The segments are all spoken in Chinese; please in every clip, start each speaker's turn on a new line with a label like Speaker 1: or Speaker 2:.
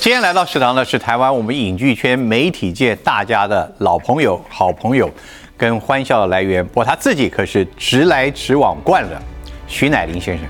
Speaker 1: 今天来到食堂的是台湾我们影剧圈、媒体界大家的老朋友、好朋友，跟欢笑的来源。不过他自己可是直来直往惯了，徐乃麟先生。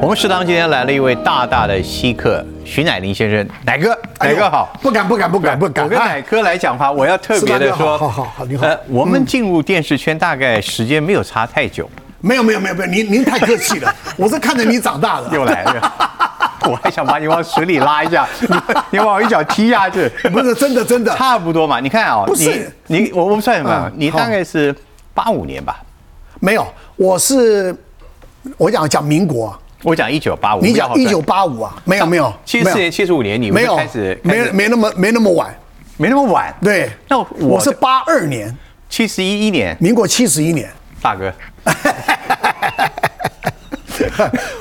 Speaker 1: 我们食堂今天来了一位大大的稀客，徐乃麟先生，乃哥，
Speaker 2: 哎
Speaker 1: 乃哥好。
Speaker 2: 不敢不敢不敢不敢！
Speaker 1: 我跟
Speaker 2: 哎
Speaker 1: 乃哥来讲话，我要特别的说，呃
Speaker 2: 是大哥好好好好你嗯好
Speaker 1: 我们进入电视圈大概时间没有差太久，
Speaker 2: 没有没有没有没有，您您太客气 了，我是看着你长大的，
Speaker 1: 又来了， 我还想把你往水里拉一下，你你往我一脚踢下 去，
Speaker 2: 不是真的真的。
Speaker 1: 差不多嘛？你看啊、
Speaker 2: 不是
Speaker 1: 你你我我们算什么
Speaker 2: 嗯？
Speaker 1: 你大概是八五年吧，
Speaker 2: 没有，我是我讲讲民国，
Speaker 1: 我讲一九八五，
Speaker 2: 你讲一九八五啊？没有没有，
Speaker 1: 七十四年、七十五年，你
Speaker 2: 没
Speaker 1: 们
Speaker 2: 有
Speaker 1: 就
Speaker 2: 没
Speaker 1: 开
Speaker 2: 有
Speaker 1: 始开
Speaker 2: 没
Speaker 1: 始
Speaker 2: 没那么没那么晚。
Speaker 1: 没那么晚，
Speaker 2: 对，
Speaker 1: 那我
Speaker 2: 我是八二年，
Speaker 1: 七十一一年，
Speaker 2: 民国七十一年，
Speaker 1: 大哥，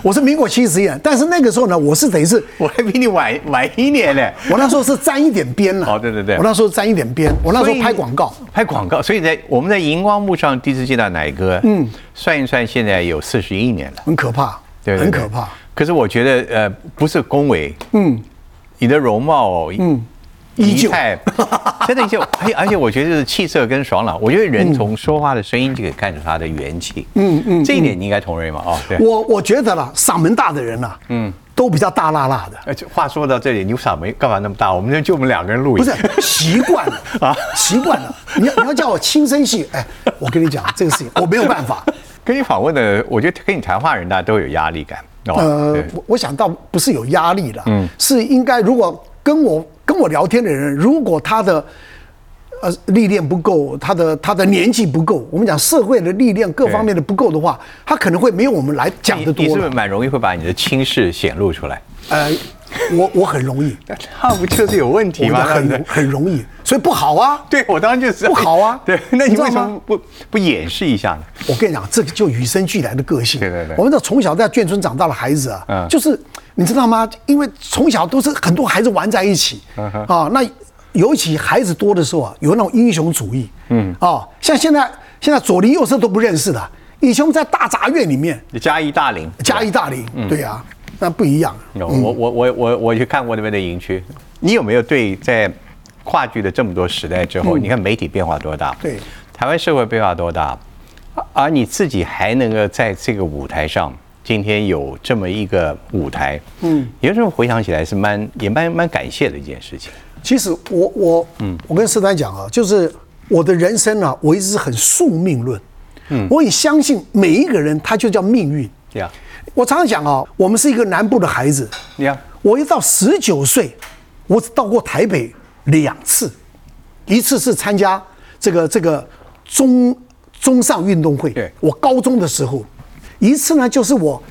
Speaker 2: 我是民国七十一年，但是那个时候呢，我是等于是
Speaker 1: 我还比你晚晚一年呢。
Speaker 2: 我那时候是沾一点边了。
Speaker 1: 哦对对对
Speaker 2: 我那时候沾一点边，我那时
Speaker 1: 所以
Speaker 2: 候拍广告，
Speaker 1: 拍广告，所以在我们在荧光幕上第一次见到奶哥，嗯，算一算现在有四十一年了。
Speaker 2: 很可怕，
Speaker 1: 对
Speaker 2: 很可怕。。
Speaker 1: 可是我觉得，呃，不是恭维，嗯，你的容貌，嗯，
Speaker 2: 依旧
Speaker 1: 仪 态真的依旧。而且而且，我觉得就是气色跟爽朗。我觉得人从说话的声音就可以看出他的元气，嗯嗯，这一点你应该同认嘛，哦，对。
Speaker 2: 我我觉得啦，嗓门大的人啦，嗯，都比较大辣辣的。
Speaker 1: 而且呃话说到这里，你嗓门干嘛那么大？我们就就我们两个人录影，
Speaker 2: 不是习 惯了啊，习惯了。你要你要叫我轻声细语，哎，我跟你讲这个事情，我没有 办法。
Speaker 1: 跟你访问的，我觉得跟你谈话的人大家都有压力感，哦，
Speaker 2: 呃
Speaker 1: 对，嗯
Speaker 2: 我我想到不是有压力了，是应该如果跟我跟我聊天的人，如果他的呃历练不够，他的他的年纪不够，我们讲社会的历练各方面的不够的话，他可能会没有我们来讲
Speaker 1: 你
Speaker 2: 的
Speaker 1: 你
Speaker 2: 多
Speaker 1: 是不是
Speaker 2: 了。
Speaker 1: 蛮容易会把你的轻视显露出来？
Speaker 2: 呃，我我很容易，
Speaker 1: 那不就是有问题
Speaker 2: 我
Speaker 1: 吗？对不
Speaker 2: 很
Speaker 1: 对
Speaker 2: 容很容易，所以不好啊。
Speaker 1: 对，我当然就是
Speaker 2: 不好啊
Speaker 1: 对，那你
Speaker 2: 你知道
Speaker 1: 为什么
Speaker 2: 吗
Speaker 1: 不不掩饰一下呢？
Speaker 2: 我跟你讲，这个就与生俱来的个性。
Speaker 1: 对对对
Speaker 2: 我们这从小在眷村长大的孩子啊，
Speaker 1: 嗯
Speaker 2: 就是你知道吗？因为从小都是很多孩子玩在一起，
Speaker 1: 嗯
Speaker 2: 啊，那尤其孩子多的时候啊，有那种英雄主义，嗯，啊，像现在现在左邻右舍都不认识的，以前我们在大杂院里面
Speaker 1: 你加一大零，
Speaker 2: 嘉义大林，
Speaker 1: 嗯
Speaker 2: 对呀、啊，那不一样。
Speaker 1: 有我我我我我去看过那边的营区，你有没有对在跨距的这么多时代之后，你看媒体变化多大？
Speaker 2: 嗯对，
Speaker 1: 台湾社会变化多大？而而你自己还能够在这个舞台上，今天有这么一个舞台，嗯，有时候回想起来是蛮也蛮蛮感谢的一件事情。
Speaker 2: 其实我我嗯，我跟石丹讲啊，就是我的人生啊，我一直是很宿命论，嗯，我也相信每一个人他就叫命运。
Speaker 1: 这样，
Speaker 2: 我常常讲哦，我们是一个南部的孩子，
Speaker 1: 这样，
Speaker 2: 我一到十九岁，我只到过台北两次，一次是参加这个这个中中上运动会
Speaker 1: 对，
Speaker 2: 我高中的时候，一次呢就是我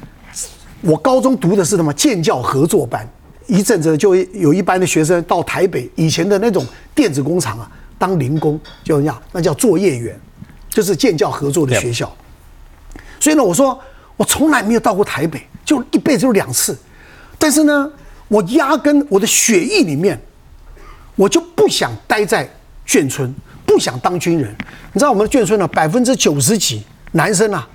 Speaker 2: 我高中读的是什么建教合作班，一阵子就有一班的学生到台北以前的那种电子工厂啊当零工，就那样，那叫作业员，就是建教合作的
Speaker 1: Yep
Speaker 2: 学校。所以呢，我说我从来没有到过台北，就一辈子就两次。但是呢，我压根我的血液里面，我就不想待在眷村，不想当军人。你知道我们的眷村呢、百分之九十几男生啊，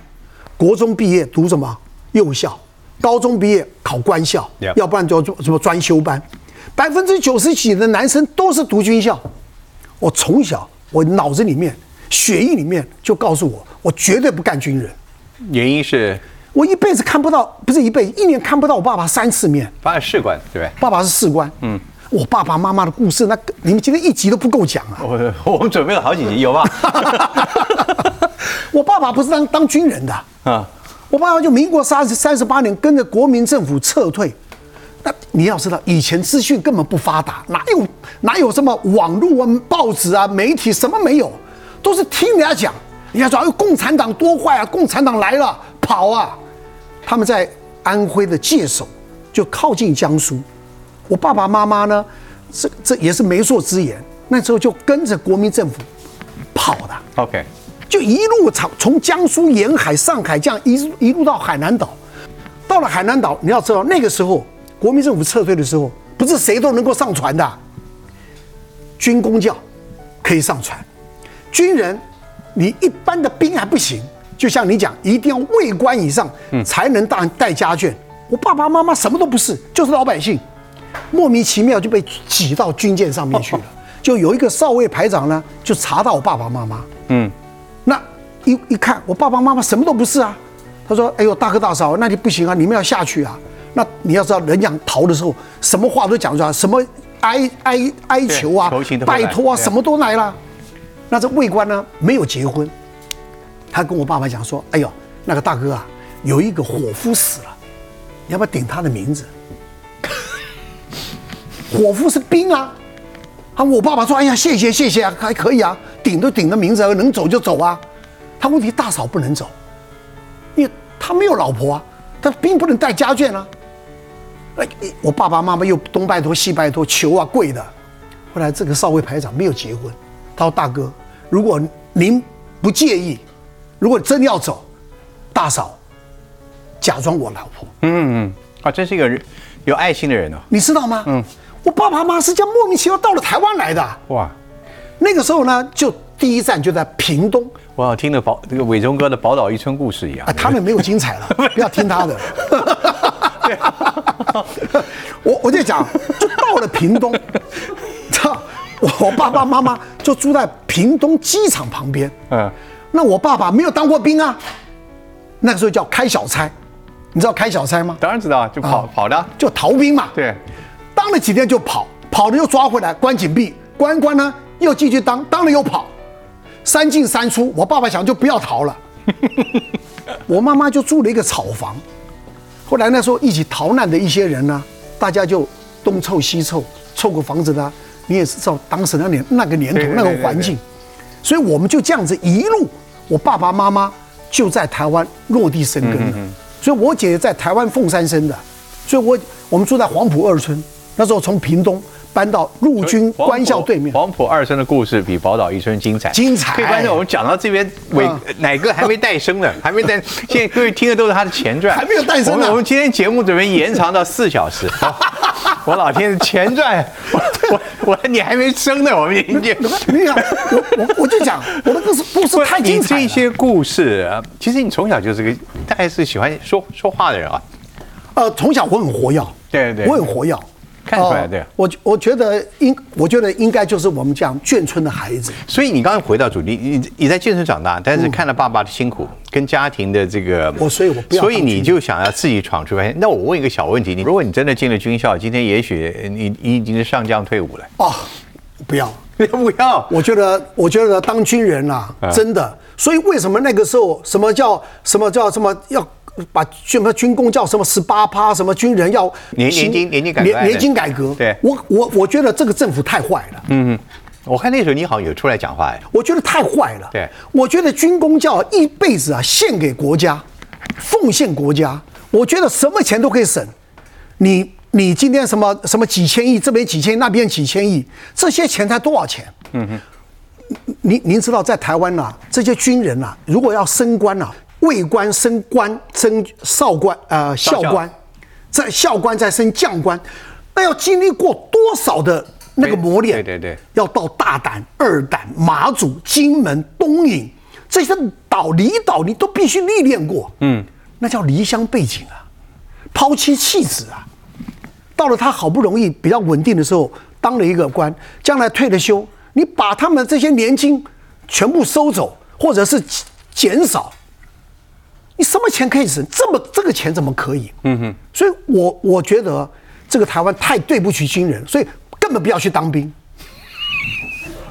Speaker 2: 国中毕业读什么幼校，高中毕业考官校
Speaker 1: Yeah
Speaker 2: 要不然就什么专修班，百分之九十几的男生都是读军校。我从小我脑子里面、血液里面就告诉我，我绝对不干军人。
Speaker 1: 原因是
Speaker 2: 我一辈子看不到，不是一辈子，一年看不到我爸爸三次面。
Speaker 1: 发生试管，对不对？
Speaker 2: 爸爸是士官，嗯，我爸爸妈妈的故事，那个你们今天一集都不够讲啊。
Speaker 1: 我我们准备了好几集，有 吗？
Speaker 2: 我爸爸不是当当军人的，
Speaker 1: 啊，
Speaker 2: 我爸爸就民国三十三十八年跟着国民政府撤退。那你要知道，以前资讯根本不发达，哪有哪有什么网络啊、报纸啊、媒体什么没有，都是听人家讲。人家说：“哎呦，共产党多坏啊！共产党来了，跑啊！”他们在安徽的界首，就靠近江苏。我爸爸妈妈呢，这这也是媒妁之言，那时候就跟着国民政府跑的。
Speaker 1: OK，
Speaker 2: 就一路从从江苏沿海、上海这样一一路到海南岛，到了海南岛，你要知道那个时候国民政府撤退的时候，不是谁都能够上船的，军工教可以上船，军人你一般的兵还不行，就像你讲，一定要位官以上才能带带家眷。我爸爸妈妈什么都不是，就是老百姓，莫名其妙就被挤到军舰上面去了。就有一个少尉排长呢，就查到我爸爸妈妈，嗯，那一一看我爸爸妈妈什么都不是啊，他说：“哎呦，大哥大嫂，那你不行啊，你们要下去啊。”那你要知道，人讲逃的时候，什么话都讲出来，什么哀哀哀求啊
Speaker 1: 对求情都，会来
Speaker 2: 拜托啊，
Speaker 1: 对
Speaker 2: 什么都来了。那这卫官呢，没有结婚，他跟我爸爸讲说：“哎呦，那个大哥啊，有一个伙夫死了，你要不要顶他的名字？” 伙夫是兵啊，啊，我爸爸说：“哎呀，谢谢谢谢啊，还可以啊，顶都顶的名字啊，能走就走啊。”他问题大嫂不能走，因为他没有老婆啊，他并不能带家眷啊。哎，我爸爸妈妈又东拜托西拜托，求啊跪的。后来这个少尉排长没有结婚，他说：“大哥，如果您不介意，如果真要走，大嫂假装我老婆，
Speaker 1: 嗯嗯，啊，真是一个人有爱心的人哦，
Speaker 2: 你知道吗？”嗯，我爸爸妈妈是这样莫名其妙到了台湾来的。啊
Speaker 1: 哇。
Speaker 2: 那个时候呢，就第一站就在屏东，
Speaker 1: 我好像听了宝这个伟忠哥的《宝岛一村故事》一样
Speaker 2: 啊，，他们没有精彩了，不要听他的。我我就讲，就到了屏东，操，我爸爸妈妈就住在屏东机场旁边。
Speaker 1: 嗯，
Speaker 2: 那我爸爸没有当过兵啊，那个时候叫开小差，你知道开小差吗？
Speaker 1: 当然知道啊，就跑、跑的啊，
Speaker 2: 就逃兵嘛。
Speaker 1: 对，
Speaker 2: 当了几天就跑，跑了又抓回来关紧闭，关一关呢又继续当，当了又跑，三进三出。我爸爸想就不要逃 了，我妈妈就住了一个草房。后来那时候一起逃难的一些人呢，大家就东凑西凑，凑个房子的啊。你也知道当时那年那个年头
Speaker 1: 对对对
Speaker 2: 那个
Speaker 1: 对对
Speaker 2: 环境，所以我们就这样子一路，我爸爸妈妈就在台湾落地生根
Speaker 1: 嗯
Speaker 2: 了。所以我姐姐在台湾凤山生的，所以我我们住在黄埔二村，那时候从屏东搬到陆军
Speaker 1: 黄埔
Speaker 2: 官校对面。
Speaker 1: 黄埔二村的故事比宝岛一村精彩，
Speaker 2: 精彩
Speaker 1: 各位观众，我们讲到这边，伟
Speaker 2: 嗯
Speaker 1: 奶哥还没诞生呢，还没诞，现在各位听的都是他的前传，
Speaker 2: 还没有诞生呢
Speaker 1: 我们我们今天节目准备延长到四小时。好 我老天，前传，我我我你还没生呢，我们已经 就
Speaker 2: 你看，我我我就讲，我的故事故事太精 彩
Speaker 1: 你
Speaker 2: 了
Speaker 1: 这。些故事，呃其实你从小就是个大概是喜欢说说话的人啊，
Speaker 2: 呃，从小我很活跃，
Speaker 1: 对对
Speaker 2: 我很活跃，
Speaker 1: 看出来
Speaker 2: 呃
Speaker 1: 对
Speaker 2: 我觉我觉得应，我觉得应该就是我们讲眷村的孩子，
Speaker 1: 所以你刚刚回到主题，你你你在健身长大，但是看了爸爸的辛苦跟家庭的这个，
Speaker 2: 嗯我所以我不要
Speaker 1: 所以
Speaker 2: 当军
Speaker 1: 你就想要自己闯出来。那我问一个小问题，你如果你真的进了军校，今天也许呃你你已经是上将退伍了，
Speaker 2: 哦，不要。
Speaker 1: 不要
Speaker 2: 我觉得，我觉得当军人啊，真的。所以为什么那个时候，什么叫什么叫什么要把什么军工叫什么十八趴，什么军人要
Speaker 1: 年
Speaker 2: 行
Speaker 1: 年金年金改革
Speaker 2: 年年金改革？
Speaker 1: 对
Speaker 2: 我我我觉得这个政府太坏了，
Speaker 1: 我看那时候你好像有出来讲话哎，
Speaker 2: 我觉得太坏了。
Speaker 1: 对
Speaker 2: 我觉得军工教一辈子啊，献给国家，奉献国家。我觉得什么钱都可以省，你你今天什么什么几千亿，这边几千亿，那边几千亿，这些钱才多少钱？嗯哼，您您知道在台湾呐、啊这些军人呐、如果要升官呐、尉官升官升少官呃校
Speaker 1: 校
Speaker 2: 官，在校官再升将官，那要经历过多少的那个
Speaker 1: 对
Speaker 2: 磨练？
Speaker 1: 对对对
Speaker 2: 要到大胆、二胆、马祖、金门、东引这些岛、离岛，你都必须历练过。嗯，那叫离乡背景啊，抛妻弃子啊。到了他好不容易比较稳定的时候，当了一个官，将来退了休，你把他们这些年金全部收走，或者是减少，你什么钱可以省？这么这个钱怎么可以？嗯哼。所以我我觉得这个台湾太对不起军人，所以根本不要去当兵。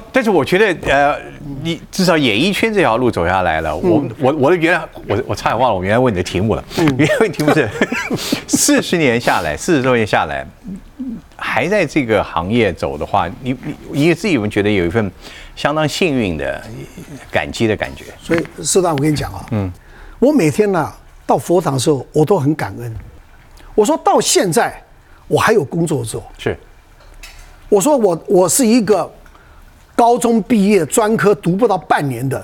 Speaker 1: 但是我觉得呃，你至少演艺圈这条路走下来了。我
Speaker 2: 嗯
Speaker 1: 我我的原来我我差点忘了我原来问你的题目了，原来问题目是四十年下来，四十多年下来，还在这个行业走的话，你你你自己有没有觉得有一份相当幸运的感激的感觉？
Speaker 2: 所以师大，我跟你讲啊，嗯，我每天呢、到佛堂的时候，我都很感恩。我说到现在，我还有工作做。
Speaker 1: 是，
Speaker 2: 我说我我是一个高中毕业专科读不到半年的，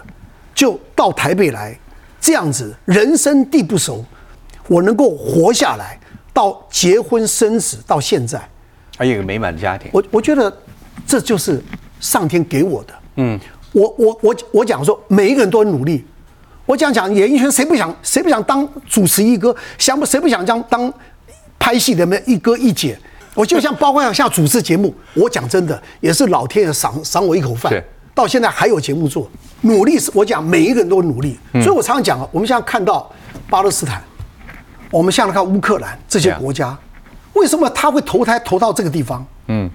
Speaker 2: 就到台北来，这样子人生地不熟，我能够活下来，到结婚生子到现在，
Speaker 1: 还有一个啊美满的家庭。
Speaker 2: 我我觉得这就是上天给我的。嗯，我我我我讲说，每一个人都很努力。我这样讲，演艺圈谁不想谁不想当主持一哥，想不谁不想当当拍戏的一哥一姐？我就像包括像主持节目，我讲真的也是老天爷赏赏我一口饭
Speaker 1: 是，
Speaker 2: 到现在还有节目做，努力是我讲每一个人都努力，所以我常常讲啊，我们现在看到巴勒斯坦，我们现在看乌克兰这些
Speaker 1: Yeah
Speaker 2: 国家，为什么他会投胎投到这个地方？嗯，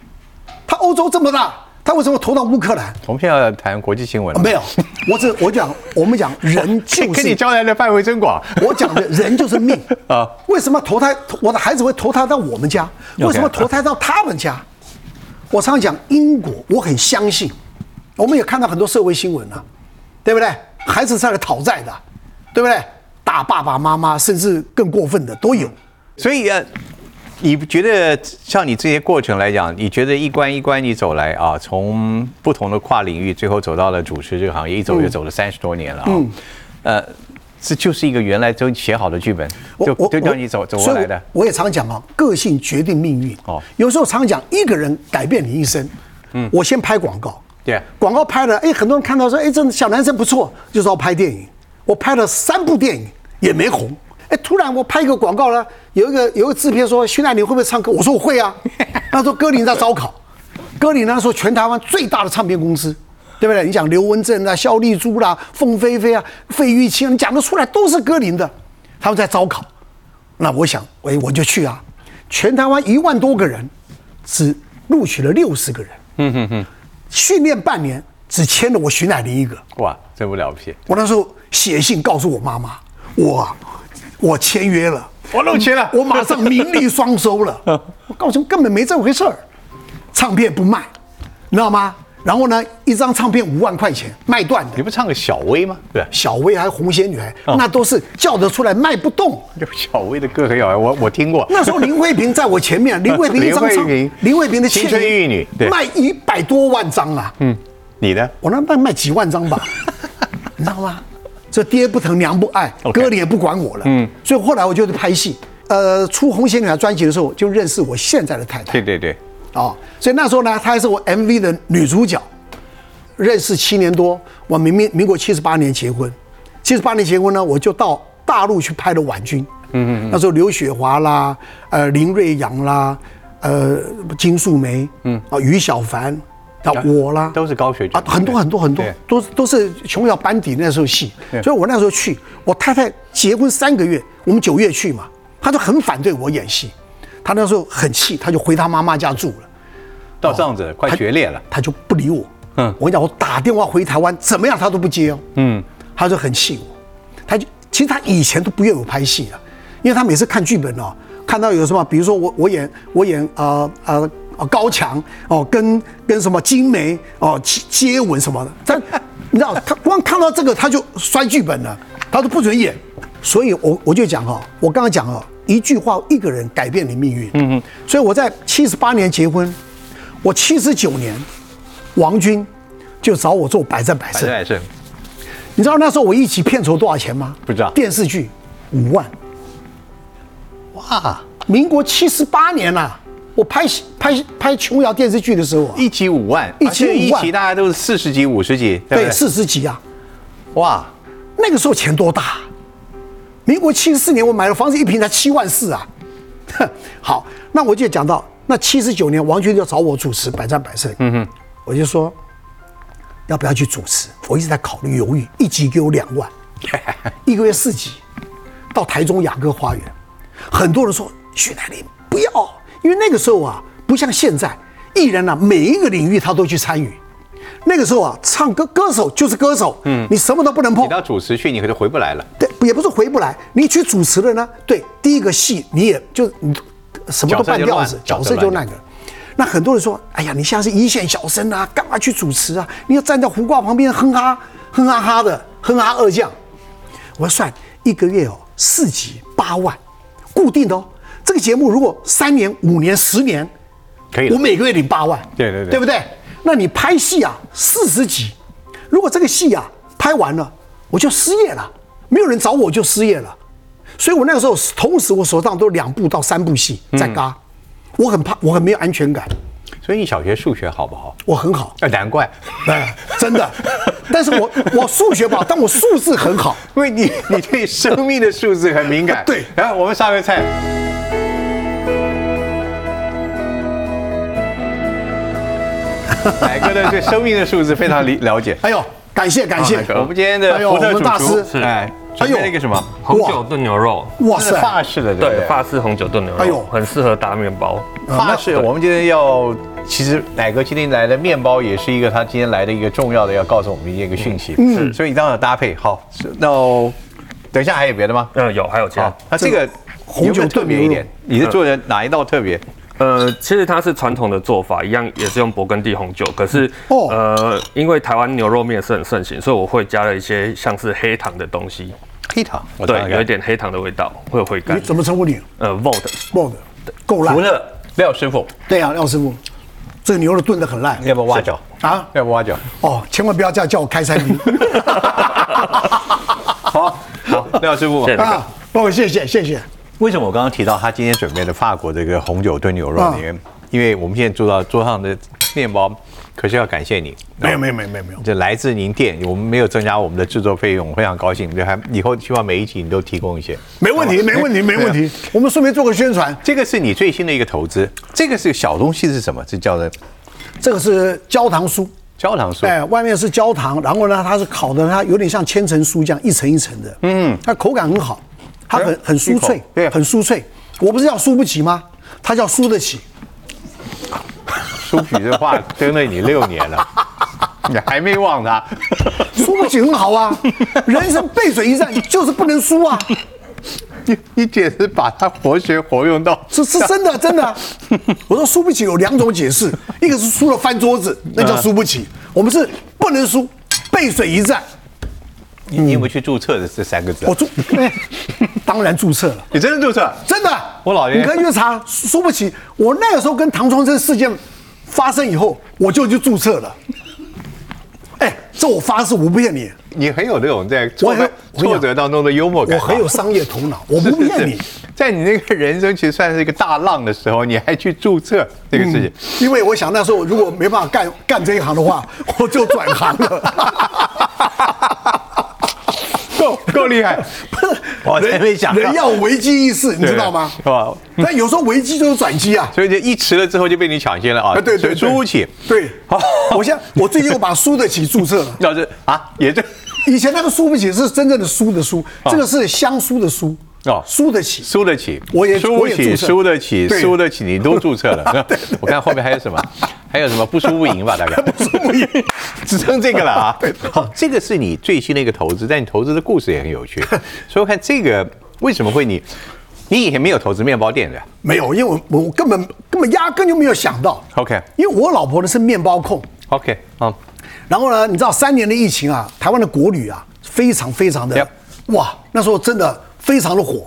Speaker 2: 他欧洲这么大，他为什么投到乌克兰？
Speaker 1: 我们现在要谈国际新闻了。
Speaker 2: 没有，我只我讲，我们讲人 就
Speaker 1: 跟你
Speaker 2: 是，
Speaker 1: 交谈的范围真广。
Speaker 2: 我讲的人就是命
Speaker 1: 啊
Speaker 2: 啊。为什么投胎我的孩子会投胎到我们家？为什么投胎到他们家？我常常讲因果，我很相信。我们也看到很多社会新闻啊，对不对？孩子在那讨债的，对不对？打爸爸妈妈，甚至更过分的都有。
Speaker 1: 所以呃，你觉得像你这些过程来讲，你觉得一关一关你走来啊，从不同的跨领域，最后走到了主持这个行业，一走就走了三十多年了啊。呃，这就是一个原来都写好的剧本，就就让你走走过来
Speaker 2: 所以
Speaker 1: 的。
Speaker 2: 我也常讲啊，个性决定命运。
Speaker 1: 哦
Speaker 2: 哦，有时候常讲一个人改变你一生。嗯，我先拍广告。
Speaker 1: Yeah
Speaker 2: 广告拍了，哎，很多人看到说，哎，这小男生不错，就说要拍电影。我拍了三部电影也没红。哎，突然我拍一个广告呢，有一个有一个制片说徐乃麟会不会唱歌？我说我会啊。那时候歌林在招考，歌林那时候全台湾最大的唱片公司，对不对？你讲刘文正啊、萧丽珠啦、凤飞飞啊、费玉清啊，你讲得出来都是歌林的，他们在招考。那我想，哎，我就去啊。全台湾一万多个人，只录取了六十个人。嗯哼哼，训练半年，只签了我徐乃麟一个。
Speaker 1: 哇，真不了不起，
Speaker 2: 我那时候写信告诉我妈妈，我啊我签约了，嗯
Speaker 1: 我漏气了
Speaker 2: 我马上名利双收 了。我告诉你，根本没这回事儿，唱片不卖，你知道吗？然后呢，一张唱片五万块钱卖断的
Speaker 1: 你，哦不唱个小薇吗？对。
Speaker 2: 小薇还有红仙女孩，那都是叫得出来卖不动。
Speaker 1: 有 小薇的歌很好，我我听过。
Speaker 2: 那时候林慧萍在我 前面，林慧萍一张
Speaker 1: 林
Speaker 2: 唱
Speaker 1: 慧萍，
Speaker 2: 林慧萍的《
Speaker 1: 青
Speaker 2: 倩
Speaker 1: 春玉女对
Speaker 2: 卖一百多万张啊，嗯，
Speaker 1: 你呢？
Speaker 2: 我那卖卖几万张吧，你知道吗？这爹不疼娘不爱，
Speaker 1: OK
Speaker 2: 哥你也不管我了，嗯，所以后来我就去拍戏，呃，出《红鞋女孩》专辑的时候就认识我现在的太太
Speaker 1: 对，对对，
Speaker 2: 哦，所以那时候呢，她还是我 MV 的女主角，认识七年多，我明明民国七十八年结婚，七十八年结婚呢，我就到大陆去拍了晚军，嗯嗯，那时候刘雪华啦，呃林瑞阳啦，呃金素梅，嗯啊于小凡，啊我啦，
Speaker 1: 都是高学
Speaker 2: 啊，很多很多很多
Speaker 1: 对，
Speaker 2: 都都是琼瑶班底那时候戏
Speaker 1: 对，
Speaker 2: 所以我那时候去，我太太结婚三个月，我们九月去嘛，她就很反对我演戏，她那时候很气，她就回她妈妈家住了，
Speaker 1: 到这样子，快决裂了。
Speaker 2: 她就不理我。
Speaker 1: 嗯
Speaker 2: 嗯，我跟你讲，我打电话回台湾，怎么样她都不接哦。嗯，她就很气我，她就其实她以前都不愿意我拍戏的，因为她每次看剧本哦，看到有什么，比如说我我演我演呃呃。呃高强哦，跟跟什么金梅哦接接吻什么的，但 你知道，他光看到这个他就摔剧本了，他都不准演。所以我我就讲哦，我刚刚讲哦，一句话一个人改变你命运。嗯嗯。所以我在七十八年结婚，我七十九年，王军就找我做百战百
Speaker 1: 反正
Speaker 2: 胜。
Speaker 1: 也是
Speaker 2: 你知道那时候我一集片酬多少钱吗？
Speaker 1: 不知道
Speaker 2: 电视剧五万。哇，民国七十八年呐、我拍拍拍琼瑶电视剧的时候、啊，
Speaker 1: 一集五万，
Speaker 2: 一
Speaker 1: 而且
Speaker 2: 集五万
Speaker 1: 一集大家都是四十集、五十集，对不
Speaker 2: 对
Speaker 1: 对？
Speaker 2: 四十集啊，
Speaker 1: 哇，
Speaker 2: 那个时候钱多大？民国七十四年我买了房子，一平才七万四啊。 好，那我就讲到那七十九年，王军就找我主持《百战百胜》，嗯哼，我就说要不要去主持，我一直在考虑犹豫，一集给我两万，一个月四集，到台中雅阁花园，很多人说徐乃麟不要，因为那个时候啊，不像现在艺人啊，每一个领域他都去参与。那个时候啊，唱歌歌手就是歌手，嗯，你什么都不能碰
Speaker 1: 你。到主持去，你可能回不来了。
Speaker 2: 对，也不是回不来。你去主持了呢，对，第一个戏你也就你什么都半吊子，
Speaker 1: 角
Speaker 2: 角
Speaker 1: 色就
Speaker 2: 色
Speaker 1: 乱
Speaker 2: 就那个。那很多人说，哎呀，你现在是一线小生啊，干嘛去主持啊？你要站在胡挂旁边哼哈哼哈哈的哼哈二将。我要算一个月哦，四集八万，固定的哦。这个节目如果三年、五年、十年，
Speaker 1: 可以
Speaker 2: 我
Speaker 1: 了，
Speaker 2: 每个月领八万，
Speaker 1: 对对对
Speaker 2: 对不对？那你拍戏啊，四十集，如果这个戏啊拍完了，我就失业了，没有人找我就失业了，所以我那个时候
Speaker 1: 嗯
Speaker 2: 同时我手上都有两部到三部戏在嘎，我很怕，我很没有安全感，
Speaker 1: 所以你小学数学好不好？
Speaker 2: 我很好，
Speaker 1: 啊，难怪，
Speaker 2: 哎，真的。 但是我我数学不好，但我数字很好。
Speaker 1: 因为你你对生命的数字很敏感。
Speaker 2: 对
Speaker 1: 然后我们上个菜。 奶哥的对生命的数字非常理了解。
Speaker 2: 哎呦，感谢感谢
Speaker 1: 奶，哥我们今天的
Speaker 2: 哎呦
Speaker 1: 福特
Speaker 2: 我们
Speaker 1: 主
Speaker 2: 大
Speaker 1: 厨
Speaker 2: 师
Speaker 1: 哎，准备了一个什么？
Speaker 3: 红
Speaker 2: 哇
Speaker 3: 酒炖牛肉，
Speaker 2: 哇
Speaker 1: 这是
Speaker 2: 塞，
Speaker 1: 法式的，对不
Speaker 3: 对，
Speaker 1: 对？
Speaker 3: 法式红酒炖牛
Speaker 2: 哎呦
Speaker 3: 肉，很适合搭面包。
Speaker 1: 法式，啊我们今天要，其实奶哥今天来的面包也是一个他今天来的一个重要的要告诉我们的一个讯息，嗯，所以一定要搭配好。是那我等一下还有别的吗？
Speaker 3: 嗯，有，还有其他
Speaker 1: 好。，那这个
Speaker 2: 红酒
Speaker 1: 有没有特别一点，你是做的哪一道特别？
Speaker 3: 呃，其实它是传统的做法，一样也是用勃艮第红酒，可是、
Speaker 2: 哦
Speaker 3: 呃，因为台湾牛肉面是很盛行，所以我会加了一些像是黑糖的东西，
Speaker 1: 黑糖，我尝
Speaker 3: 对，
Speaker 1: 尝
Speaker 3: 有一
Speaker 1: 看
Speaker 3: 点黑糖的味道，会有回甘
Speaker 2: 你。怎么称呼你
Speaker 3: 呃，volt，
Speaker 2: ？Bob，够烂
Speaker 1: 福。特廖师傅，
Speaker 2: 对啊，廖师傅，这个牛肉炖得很烂
Speaker 1: 你要不要挖角？
Speaker 2: 啊！
Speaker 1: 要不要挖角？
Speaker 2: 哦，千万不要这样叫我开餐厅
Speaker 1: 好，好，廖师傅
Speaker 3: 谢，谢
Speaker 2: 啊！哦，谢谢谢谢。
Speaker 1: 为什么我刚刚提到他今天准备的法国这个红酒炖牛肉
Speaker 2: 嗯
Speaker 1: 呢？因为我们现在做到桌上的面包，可是要感谢你，
Speaker 2: 没有没有没有没有没有，
Speaker 1: 这来自您店，我们没有增加我们的制作费用，我非常高兴。这还以后希望每一集你都提供一些。
Speaker 2: 没问题没问题没问题。我们顺便做个宣传，
Speaker 1: 这个是你最新的一个投资，这个是小东西是什么？这叫
Speaker 2: 哎
Speaker 1: 做
Speaker 2: 这个是焦糖酥。
Speaker 1: 焦糖酥。
Speaker 2: 哎，外面是焦糖，然后呢，它是烤的，它有点像千层酥这样一层一层的，嗯，它口感很好，它很
Speaker 1: 哎
Speaker 2: 很酥
Speaker 1: 一
Speaker 2: 脆
Speaker 1: 口，对
Speaker 2: 很酥脆。我不是叫输不起吗？它叫输得起，
Speaker 1: 书皮的话跟了你六年 了，你还没忘他。
Speaker 2: 输不起很好啊，人生背水一战就是不能输啊，
Speaker 1: 你你简直把它活学活用到
Speaker 2: 是是真的真的啊。我说输不起有两种解释，一个是输了翻桌子，那叫输不起，我们是不能输，背水一战。
Speaker 1: 你你有没有去注册的这三个字啊
Speaker 2: 嗯我？注， 当然注册了。
Speaker 1: 你真的注册？
Speaker 2: 真的，啊
Speaker 1: 我老爷
Speaker 2: 你可以去查，输不起。我那个时候跟唐崇生事件发生以后，我就去注册了。哎，这我发誓，我不骗你，
Speaker 1: 你很有那种在
Speaker 2: 我
Speaker 1: 挫
Speaker 2: 很
Speaker 1: 败挫折当中的幽默
Speaker 2: 我
Speaker 1: 感啊。
Speaker 2: 很有商业头脑，我
Speaker 1: 是
Speaker 2: 不
Speaker 1: 是
Speaker 2: 骗你
Speaker 1: 是，在你那个人生其实算是一个大浪的时候，你还去注册这个事情。
Speaker 2: 因为我想那时候如果没办法干干这一行的话，我就转行了。
Speaker 1: 够够厉害！
Speaker 2: 不是，
Speaker 1: 我真没想到啊
Speaker 2: 人要有危机意识，你知道吗
Speaker 1: 是？吧？
Speaker 2: 但有时候危机就是转 机啊。
Speaker 1: 所以就一迟了之后就被你抢先了啊！
Speaker 2: 啊，对对，
Speaker 1: 所以
Speaker 2: 对
Speaker 1: 输不起。
Speaker 2: 对
Speaker 1: 好，
Speaker 2: 我现在我最近又把输得起注册了。
Speaker 1: 老师啊，也对，
Speaker 2: 以前那个输不起是真正的输的输，这个是香输的输
Speaker 1: 啊哦
Speaker 2: 输得起。
Speaker 1: 输得起，
Speaker 2: 我也
Speaker 1: 输不
Speaker 2: 我也
Speaker 1: 起，
Speaker 2: 注册
Speaker 1: 输得起，
Speaker 2: 对
Speaker 1: 输得起，你都注册 了。我看后面还有什么，还有什么不输不赢吧？大概不输不赢，只剩这个了 啊。好，这个是你最新的一个投资，但你投资的故事也很有 趣。所以我看这个为什么会你，你以前没有投资面包店的
Speaker 2: 没有，因为我我我根本根本压根就没有想到，
Speaker 1: ？OK
Speaker 2: 因为我老婆呢是面包控，
Speaker 1: OK 啊，
Speaker 2: 然后呢，你知道三年的疫情啊，台湾的国旅啊非常非常的
Speaker 1: Yep
Speaker 2: 哇，那时候真的非常的火，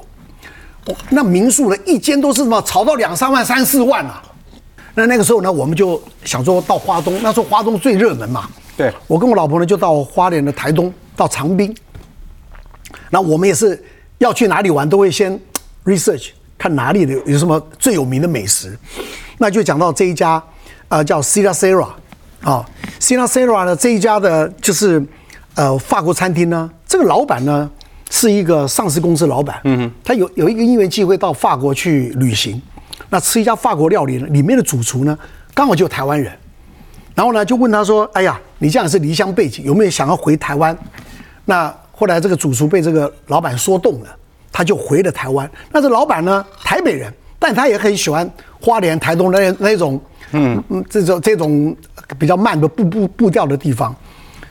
Speaker 2: 哦那民宿呢一间都是什么炒到两三万三四万啊。那那个时候呢，我们就想说到花东，那时候花东最热门嘛。
Speaker 1: 对
Speaker 2: 我跟我老婆呢就到花莲的台东，到长滨。那我们也是要去哪里玩，都会先 research 看哪里的有什么最有名的美食。那就讲到这一家，呃，叫 s i r a s e r a 啊 s i r a s e r a 呢这一家的就是呃法国餐厅呢，这个老板呢是一个上市公司老板，嗯哼，他有有一个因缘机会到法国去旅行，那吃一家法国料理呢，里面的主厨呢刚好就台湾人，然后呢，就问他说：“哎呀，你这样是离乡背景，有没有想要回台湾？”那后来这个主厨被这个老板说动了，他就回了台湾。那这老板呢，台北人，但他也很喜欢花莲、台东那那种，嗯嗯，这种这种呃比较慢的步步步调的地方，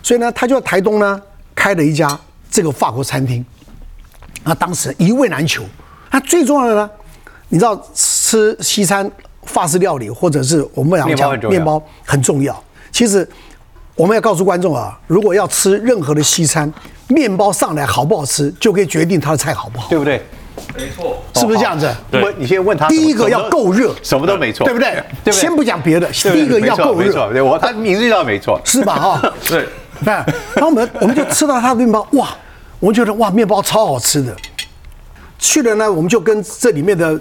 Speaker 2: 所以呢，他就在台东呢开了一呃家这个法国餐厅。那啊当时一味难求。那最重要的呢，你知道吃西餐、法式料理，或者是我们
Speaker 1: 面包
Speaker 2: 讲
Speaker 1: 很重要
Speaker 2: 面包很重要。其实我们要告诉观众啊，如果要吃任何的西餐，面包上来好不好吃，就可以决定它的菜好不好，
Speaker 1: 对哦不对？
Speaker 2: 是不是这样子？
Speaker 3: 对
Speaker 1: 问你先问他什么，
Speaker 2: 第一个
Speaker 1: 什么
Speaker 2: 要够热，
Speaker 1: 什么都没错，
Speaker 2: 对不对？
Speaker 1: 对不对？
Speaker 2: 先不讲别的，
Speaker 1: 对不
Speaker 2: 第
Speaker 1: 对
Speaker 2: 一个要够
Speaker 1: 没错，
Speaker 2: 热，
Speaker 1: 没错对我他名字叫没错，
Speaker 2: 是 吧？哈。
Speaker 3: 对，
Speaker 2: 哎，然后我们我们就吃到他的面包，哇，我们觉得哇面包超好吃的。去了呢，我们就跟这里面的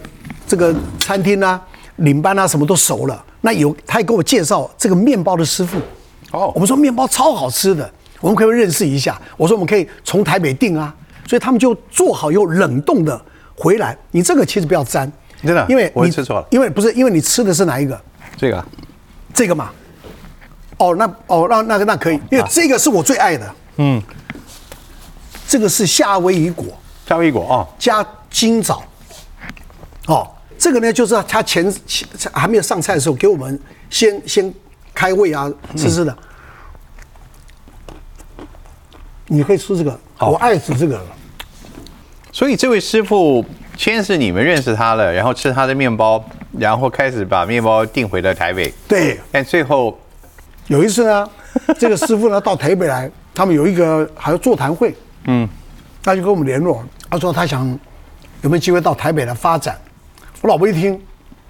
Speaker 2: 这个餐厅呢、领班啊什么都熟了。那有他也给我介绍这个面包的师傅，
Speaker 1: 哦
Speaker 2: 我们说面包超好吃的，我们可不可以认识一下？我说我们可以从台北订啊，所以他们就做好又冷冻的回来。你这个其实不要沾，
Speaker 1: 真的
Speaker 2: 因为
Speaker 1: 我
Speaker 2: 你
Speaker 1: 吃错了
Speaker 2: 因为不是因为你吃的是哪一个？
Speaker 1: 这个啊
Speaker 2: 这个嘛。哦，那哦，那那个那可以，
Speaker 1: 啊
Speaker 2: 因为这个是我最爱的。嗯，这个是夏威夷果
Speaker 1: 夏威夷果哦，
Speaker 2: 加金枣。哦，这个呢就是他前前还没有上菜的时候给我们先先开胃啊，吃吃的。你可以吃这个，我爱吃这个了。
Speaker 1: 所以这位师傅先是你们认识他了，然后吃他的面包，然后开始把面包订回了台北，
Speaker 2: 对，
Speaker 1: 但最后
Speaker 2: 有一次 呢，这个师傅呢到台北来，他们有一个还有座谈会，嗯，他就跟我们联络，他说他想有没有机会到台北来发展。我老婆一听，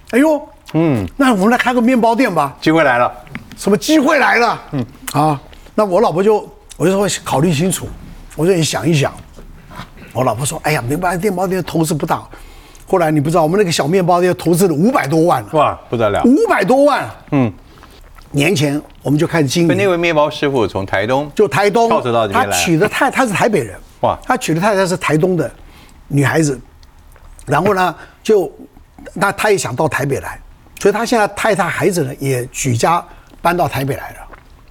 Speaker 2: 哎呦，嗯，那我们来开个面包店吧，
Speaker 1: 机会来了，
Speaker 2: 什么机会来了？嗯，啊，那我老婆就我就说考虑清楚，我说你想一想。我老婆说，哎呀，没办法，面包店投资不大。后来你不知道，我们那个小面包店投资了五百多万了，
Speaker 1: 哇，不得了！
Speaker 2: 五百多万。嗯，年前我们就开始经营
Speaker 1: 所以。那位面包师傅从台东
Speaker 2: 就台东
Speaker 1: 跳着到，这
Speaker 2: 他
Speaker 1: 边
Speaker 2: 娶
Speaker 1: 来，
Speaker 2: 的太他是台北人，
Speaker 1: 哇
Speaker 2: 哇，他娶的太太是台东的女孩子，然后呢，就那他也想到台北来，所以他现在太太孩子呢也举家搬到台北来了。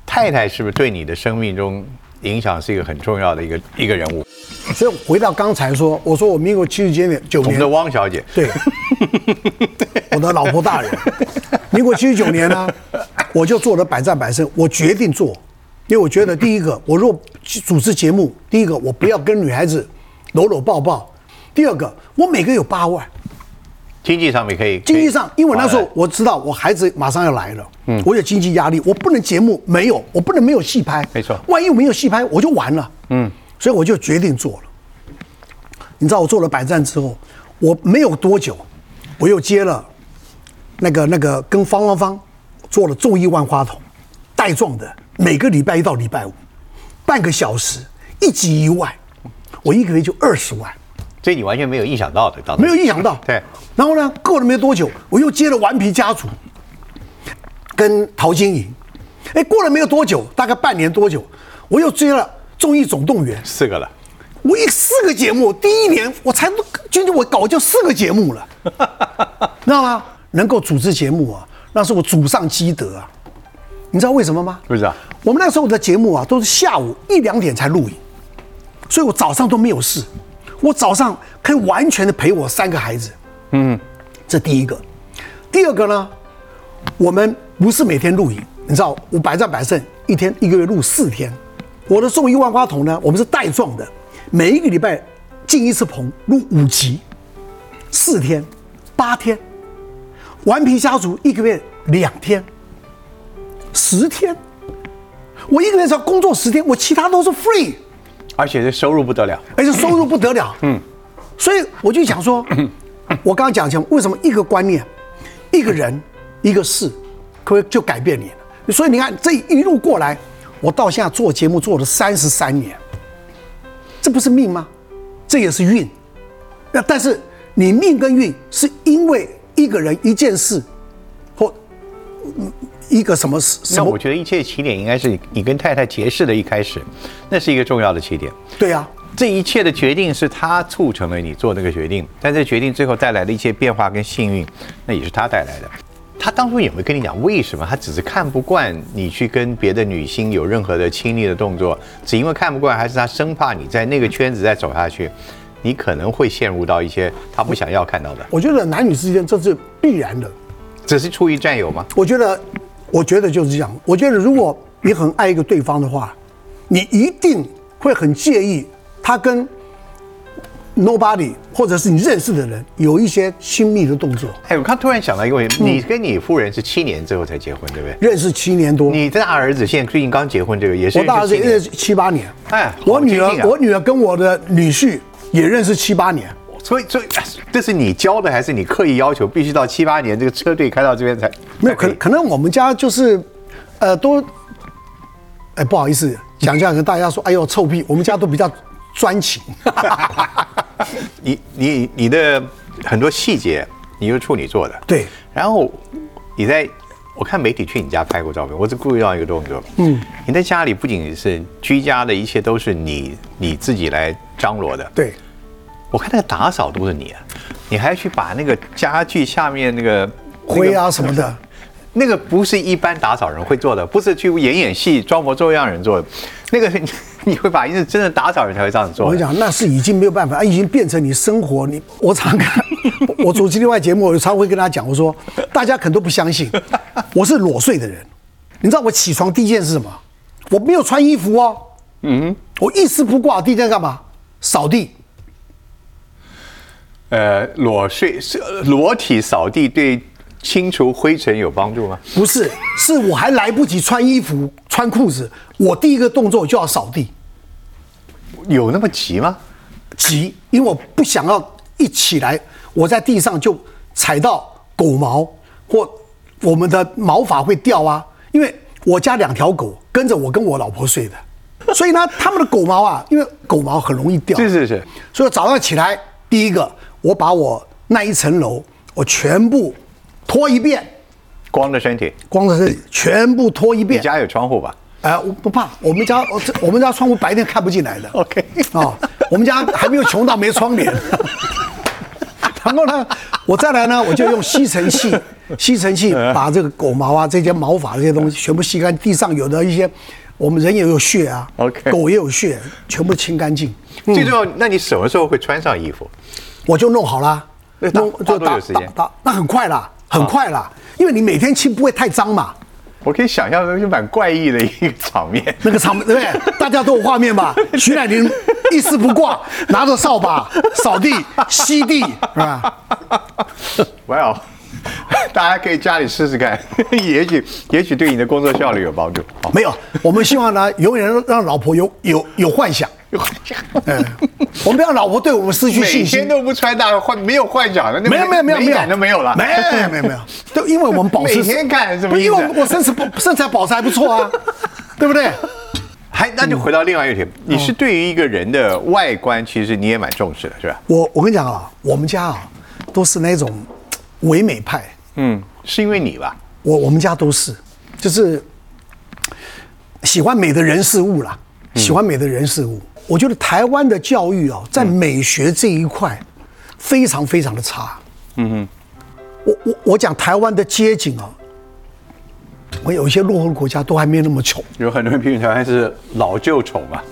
Speaker 1: 太太是不是对你的生命中影响是一个很重要的一个一个人物？
Speaker 2: 所以回到刚才说，我说我民国七十九年九
Speaker 1: 我们的
Speaker 2: 年，
Speaker 1: 汪小姐，
Speaker 2: 对，我的老婆大人，民国七十九年呢，我就做了百战百胜，我决定做，因为我觉得第一个，我若主持节目，第一个我不要跟女孩子搂搂抱抱，第二个我每个月有八万，
Speaker 1: 经济上面可以，
Speaker 2: 经济上，因为我那时
Speaker 1: 好
Speaker 2: 候
Speaker 1: 的
Speaker 2: 我知道我孩子马上要来了，嗯，我有经济压力，我不能节目没有，我不能没有戏拍，
Speaker 1: 没错
Speaker 2: 万一我没有戏拍，我就完了，嗯，所以我就决定做了。你知道我做了百战之后，我没有多久，我又接了那个那个跟方芳芳做了众议万花筒，带状的，每个礼拜一到礼拜五，半个小时，一集一万，我一个月就二十万。
Speaker 1: 这你完全没有意想到的，当时
Speaker 2: 没有意想到。
Speaker 1: 对，
Speaker 2: 然后呢，过了没多久，我又接了《顽皮家族》跟陶晶莹。哎，过了没有多久，大概半年多久，我又接了《综艺总动员》。
Speaker 1: 四个了，
Speaker 2: 我一四个节目，第一年我才就就我搞就四个节目了， 知道吗？能够组织节目啊，那是我祖上积德啊。你知道为什么吗？
Speaker 1: 不知道
Speaker 2: 我们那时候的节目啊，都是下午一两点才录影，所以我早上都没有事，我早上可以完全的陪我三个孩子。嗯，这第一个，第二个呢，我们不是每天录影，你知道，我百战百胜，一天一个月录四天。我的送一万花筒呢，我们是带状的，每一个礼拜进一次棚，录五集，四天，八天。顽皮家族一个月两天，十天。我一个月只要工作十天，我其他都是 free，
Speaker 1: 而且这收入不得了，
Speaker 2: 而且收入不得了。嗯，所以我就 想说，我刚刚讲讲为什么一个观念、一个
Speaker 1: 嗯
Speaker 2: 人、一个事，可不可以就改变你了？所以你看这一路过来，我到现在做节目做了三十三年，这不是命吗？这也是运。那但是你命跟运是因为一个人、一件事，或嗯一个什么事什
Speaker 1: 那
Speaker 2: 么
Speaker 1: 我？觉得一切起点应该是你跟太太结识的一开始，那是一个重要的起点。
Speaker 2: 对啊，
Speaker 1: 这一切的决定是他促成了你做那个决定，但这决定最后带来的一些变化跟幸运，那也是他带来的。他当初也没跟你讲为什么，他只是看不惯你去跟别的女星有任何的亲密的动作，只因为看不惯，还是他生怕你在那个圈子再走下去，你可能会陷入到一些他不想要看到的。
Speaker 2: 我觉得男女之间这是必然的。
Speaker 1: 只是出于占有吗？
Speaker 2: 我觉得，我觉得就是这样。我觉得，如果你很爱一个对方的话，你一定会很介意他跟 nobody 或者是你认识的人有一些亲密的动作。
Speaker 1: 哎，我刚突然想到一个问题，你跟你夫人是七年之后才结婚，对不对？
Speaker 2: 认识七年多，
Speaker 1: 你的大儿子现在最近刚结婚，这个也是
Speaker 2: 嗯我大儿子
Speaker 1: 认识七年啊
Speaker 2: 认识七八年。
Speaker 1: 哎好
Speaker 2: 我女
Speaker 1: 接近
Speaker 2: 儿，
Speaker 1: 啊
Speaker 2: 我女儿跟我的女婿也认识七八年。
Speaker 1: 所以，所以这是你教的，还是你刻意要求必须到七八年这个车队开到这边才？
Speaker 2: 没有，
Speaker 1: 才
Speaker 2: 可
Speaker 1: 以
Speaker 2: 可能我们家就是，呃，都，哎，不好意思，讲一下跟大家说，哎呦，臭屁，我们家都比较专情。
Speaker 1: 你你你的很多细节你就是处女座的，
Speaker 2: 对
Speaker 1: 然后你在我看媒体去你家拍过照片，我只注意到一个动作，嗯，你在家里不仅是居家的一切都是你你自己来张罗的，
Speaker 2: 对，
Speaker 1: 我看那个打扫都是你啊，你还去把那个家具下面 那个
Speaker 2: 灰啊什么的，
Speaker 1: 那个不是一般打扫人会做的，不是去演演戏、装模作样人做的，那个你 会把是真的打扫人才会这样
Speaker 2: 我
Speaker 1: 做
Speaker 2: 跟你
Speaker 1: 的。
Speaker 2: 讲，那是已经没有办法，已经变成你生活。你我常看， 我我主持另外节目，我常会跟大家讲，我说大家可能都不相信，我是裸睡的人。你知道我起床第一件事是什么？我没有穿衣服哦，嗯，我一丝不挂，第一件干嘛？扫地。
Speaker 1: 呃，裸睡、是裸体扫地对清除灰尘有帮助吗？
Speaker 2: 不是，是我还来不及穿衣服、穿裤子，我第一个动作就要扫地，
Speaker 1: 有那么急吗？
Speaker 2: 急，因为我不想要一起来，我在地上就踩到狗毛或我们的毛发会掉啊。因为我家两条狗跟着我跟我老婆睡的，所以呢，他们的狗毛啊，因为狗毛很容易掉，
Speaker 1: 是是是，
Speaker 2: 所以早上起来，第一个我把我那一层楼我全部拖一遍，
Speaker 1: 光着身体，
Speaker 2: 光是全部拖一
Speaker 1: 你
Speaker 2: 遍。
Speaker 1: 家有窗户吧？
Speaker 2: 哎、我不怕，我们家我这我们家窗户白天看不进来的。
Speaker 1: OK
Speaker 2: 哦，我们家还没有穷到没窗帘。然后呢， 我再来呢，我就用吸尘 器，吸尘器
Speaker 1: 嗯
Speaker 2: 把这个狗毛啊、这些毛发这些东西全部吸干。地上有的一些，我们人也有血啊
Speaker 1: OK
Speaker 2: 狗也有血，全部清干净，
Speaker 1: 最重要，那你什么时候会穿上衣服？
Speaker 2: 我就弄好啦。
Speaker 1: 那打花多久时间啊
Speaker 2: 打，那很快啦，很快啦，因为你每天清不会太脏嘛。
Speaker 1: 我可以想象，就蛮怪异的一个场面。
Speaker 2: 那个场 面，对不对？大家都有画面吧？徐乃麟一丝不挂，拿着 扫把扫地、吸地，是吧？
Speaker 1: Well，大家可以家里试试看， 也许也许对你的工作效率有帮助。好，
Speaker 2: 没有，我们希望呢，永远让老婆有有有幻想。嗯， 我们不要老婆对我们失去
Speaker 1: 每
Speaker 2: 信
Speaker 1: 天
Speaker 2: 心。
Speaker 1: 都不穿大换没有幻想的，那
Speaker 2: 没有没有没有没
Speaker 1: 美
Speaker 2: 有
Speaker 1: 感都没有了。
Speaker 2: 没有没有没有，都因为我们保持
Speaker 1: 每天看是不
Speaker 2: 不
Speaker 1: 是
Speaker 2: 是因
Speaker 1: 意思
Speaker 2: 为我我身材不身材保持还不错啊， 对不对？
Speaker 1: 还那就回到另外一个题，
Speaker 2: 嗯
Speaker 1: 你是对于一个人的外观，其实你也蛮重视的，是吧？
Speaker 2: 我我跟你讲啊，我们家啊都是那种唯美派，
Speaker 1: 嗯，是因为你吧？
Speaker 2: 我我们家都是，就是喜欢美的人事物啦，喜欢美的人事物。我觉得台湾的教育啊，在美学这一块非常非常的差。嗯哼，我我我讲台湾的街景啊，我有一些落后的国家都还没那么穷。
Speaker 1: 有很多人批评台湾是老旧丑嘛，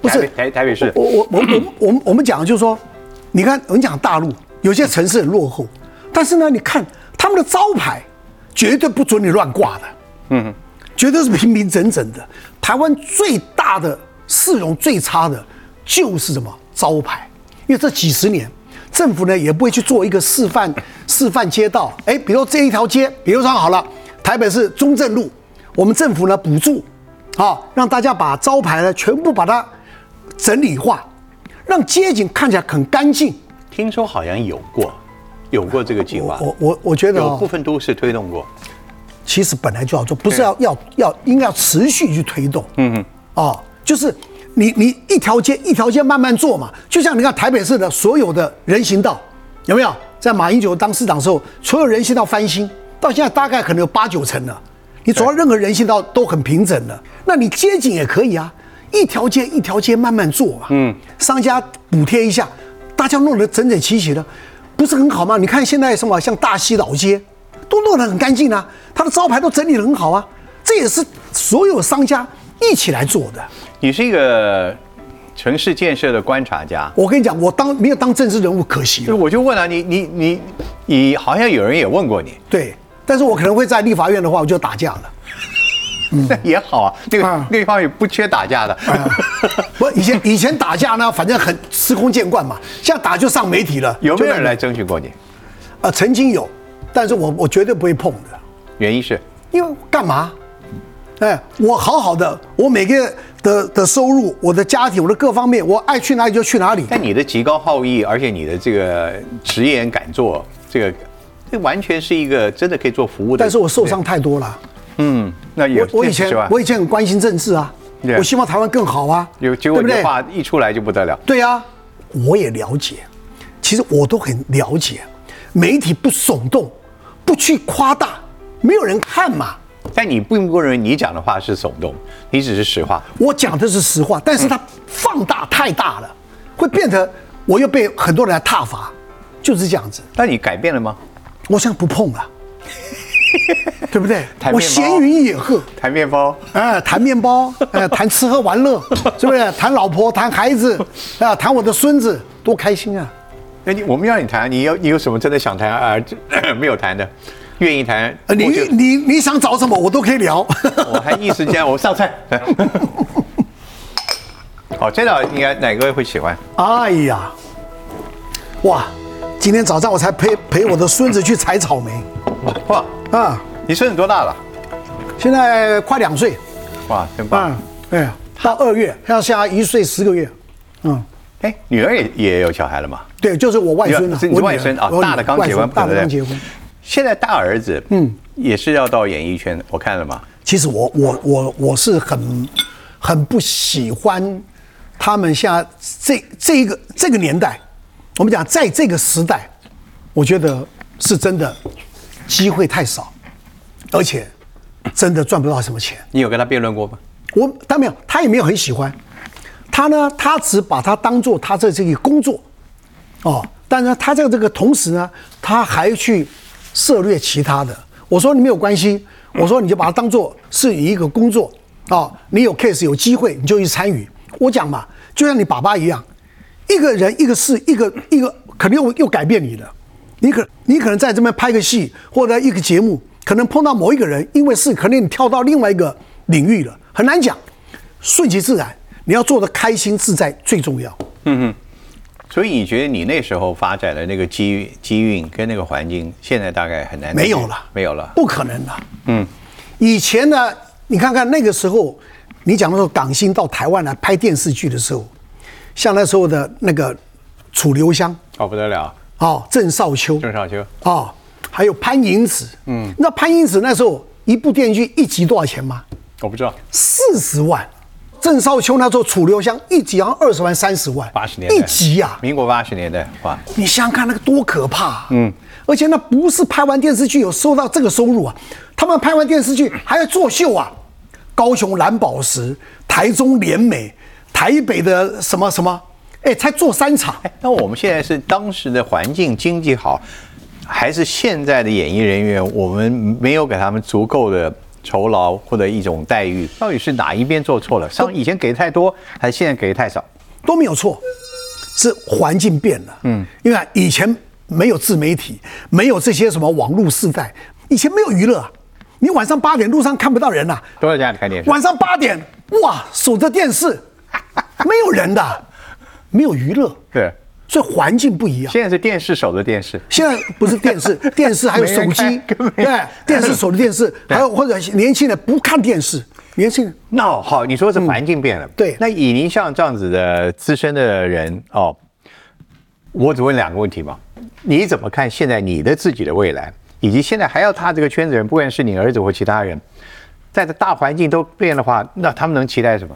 Speaker 2: 不
Speaker 1: 台
Speaker 2: 是
Speaker 1: 北台台北市
Speaker 2: 我我我我我们我们讲的就是说，你看我们讲大陆有些城市很落后，但是呢，你看他们的招牌绝对不准你乱挂的，嗯，绝对是平平整整的。台湾最大的市容最差的就是什么招牌，因为这几十年。政府呢也不会去做一个 示范示范街道，哎，比如这一条街，比如说好了，台北市中正路，我们政府呢补助，啊，让大家把招牌呢全部把它整理化，让街景看起来很干净。
Speaker 1: 听说好像有过，有过这个计划，
Speaker 2: 我我我觉得、
Speaker 1: 有部
Speaker 2: 哦，
Speaker 1: 分都市推动过。
Speaker 2: 其实本来就要做，不是要要要应该要持续去推动。嗯哦，就是你你一条街一条街慢慢做嘛，就像你看台北市的所有的人行道，有没有？在马英九当市长的时候，所有人行道翻新，到现在大概可能有八九成了。你走到任何人行道都很平整了，那你街景也可以啊，一条街一条街慢慢做嘛。嗯，商家补贴一下，大家弄得整整齐齐的，不是很好吗？你看现在什么像大溪老街，都弄得很干净啊，它的招牌都整理得很好啊，这也是所有商家一起来做的。
Speaker 1: 你是一个城市建设的观察家，
Speaker 2: 我跟你讲，我当没有当政治人物可惜
Speaker 1: 就
Speaker 2: 了，
Speaker 1: 我就问啊，你你你你，好像有人也问过你，
Speaker 2: 对，但是我可能会在立法院的话，我就打架 了。
Speaker 1: 那 也好啊，那个
Speaker 2: 嗯啊
Speaker 1: 那方也不缺打架的。
Speaker 2: 不，以前以前打架呢，反正很司空见惯嘛，现在打就上媒体了。
Speaker 1: 有没有人
Speaker 2: 就那个
Speaker 1: 来？争取过你？
Speaker 2: 呃，曾经有，但是我我绝对不会碰的，
Speaker 1: 原因是
Speaker 2: 因为干嘛？哎，我好好的，我每个月的的收入，我的家庭，我的各方面，我爱去哪里就去哪里。
Speaker 1: 但你的极高好逸，而且你的这个直言敢做，这个这完全是一个真的可以做服务的。
Speaker 2: 但是我受伤太多了。
Speaker 1: 嗯，那也
Speaker 2: 我我以
Speaker 1: 是吧
Speaker 2: 前我以前很关心政治啊
Speaker 1: Yeah，
Speaker 2: 我希望台湾更好啊，
Speaker 1: 有结果
Speaker 2: 对不
Speaker 1: 你的
Speaker 2: 对？
Speaker 1: 话一出来就不得了。
Speaker 2: 对啊，我也了解，其实我都很了解。媒体不耸动，不去夸大，没有人看嘛。
Speaker 1: 但你并不认为你讲的话是耸动，你只是实话。
Speaker 2: 我讲的是实话，但是它放大太大了，会变得我又被很多人来挞伐，就是这样子。
Speaker 1: 那你改变了吗？
Speaker 2: 我现在不 碰了，对不对
Speaker 1: 谈面？包
Speaker 2: 我闲云野鹤，
Speaker 1: 谈面包，
Speaker 2: 哎，谈面包， 哎，谈吃喝玩乐，是不是？谈老婆，谈孩子，啊，谈我的孙子，多开心啊！
Speaker 1: 那你我们让你谈，你有你有什么真的想谈啊、这没有谈的，愿意谈？
Speaker 2: 呃你
Speaker 1: 我就
Speaker 2: 你你想找什么，我都可以聊。
Speaker 1: 我还一时间我上菜。 来好，这道应该哪个会喜欢？
Speaker 2: 哎呀，哇！今天早上我才陪陪我的孙子去采草莓
Speaker 1: 哇，
Speaker 2: 啊，
Speaker 1: 你孙子多大了？
Speaker 2: 现在快两岁。
Speaker 1: 哇，真棒！
Speaker 2: 啊，哎，到二月，要下一岁十个月，嗯，
Speaker 1: 哎、女儿也也有小孩了嘛？
Speaker 2: 对，就是我外哎孙了，
Speaker 1: 是你
Speaker 2: 我
Speaker 1: 外
Speaker 2: 女儿
Speaker 1: 孙啊
Speaker 2: 我，女儿
Speaker 1: 大的刚结
Speaker 2: 外
Speaker 1: 婚，
Speaker 2: 孙大的刚结婚。
Speaker 1: 现在大儿子，嗯，也是要到演艺圈的，我看了嘛。
Speaker 2: 其实我我我我是很很不喜欢他们现在这这一个这个年代，我们讲在这个时代，我觉得是真的机会太少，而且真的赚不到什么钱。
Speaker 1: 你有跟他辩论过吗？
Speaker 2: 我他没有，他也没有很喜欢，他呢，他只把它当做他这这个工作，哦，但是他在这个同时呢，他还去涉略其他的。我说你没有关系，我说你就把它当做是一个工作啊、哦，你有 case 有机会你就去参与。我讲嘛，就像你爸爸一样，一个人一个事一个一个，肯定又又改变你了。你可你可能在这边拍个戏或者一个节目，可能碰到某一个人，因为是可能你跳到另外一个领域了，很难讲。顺其自然，你要做的开心自在最重要。
Speaker 1: 所以你觉得你那时候发展的那个机遇机运跟那个环境，现在大概很难
Speaker 2: 没有了，
Speaker 1: 没有了。
Speaker 2: 不可能的。嗯，以前呢，你看看那个时候，你讲的时候，港星到台湾来拍电视剧的时候，像那时候的那个楚留香
Speaker 1: 哦，不得了，
Speaker 2: 哦，郑少秋，
Speaker 1: 郑少秋
Speaker 2: 哦，还有潘迎紫，嗯，那潘迎紫那时候一部电视剧一集多少钱吗？
Speaker 1: 我不知道，
Speaker 2: 四十万。郑少秋那时候楚留香一集好像二十万三十万，
Speaker 1: 八十年代
Speaker 2: 一啊集呀、
Speaker 1: 民国八十年代，哇，
Speaker 2: 你想想看，那个多可怕、嗯，而且那不是拍完电视剧有收到这个收入啊，他们拍完电视剧还要作秀啊，高雄蓝宝石、台中联美、台北的什么什么，哎，才做三场，
Speaker 1: 哎，那我们现在是当时的环境经济好，还是现在的演艺人员，我们没有给他们足够的酬劳或者一种待遇？到底是哪一边做错了？上以前给太多，还是现在给太少？
Speaker 2: 都没有错，是环境变了。嗯，因为以前没有自媒体，没有这些什么网络世代，以前没有娱乐啊，你晚上八点路上看不到人呐、啊
Speaker 1: 都在家里看电视。
Speaker 2: 晚上八点，哇，守着电视，没有人的，没有娱乐，
Speaker 1: 对，
Speaker 2: 所以环境不一样。
Speaker 1: 现在是电视守着电视，
Speaker 2: 现在不是 电视，电视还有手
Speaker 1: 没
Speaker 2: 机
Speaker 1: 人看根，本
Speaker 2: 对，电视守着电视，还有或者年轻人不看电视，年轻人
Speaker 1: 那、好，你说是环境变了，
Speaker 2: 嗯对
Speaker 1: 那以您像这样子的资深的人哦，我只问两个问题嘛，你怎么看现在你的自己的未来，以及现在还要踏这个圈子的人，不管是你儿子或其他人，在这大环境都变的话，那他们能期待什么？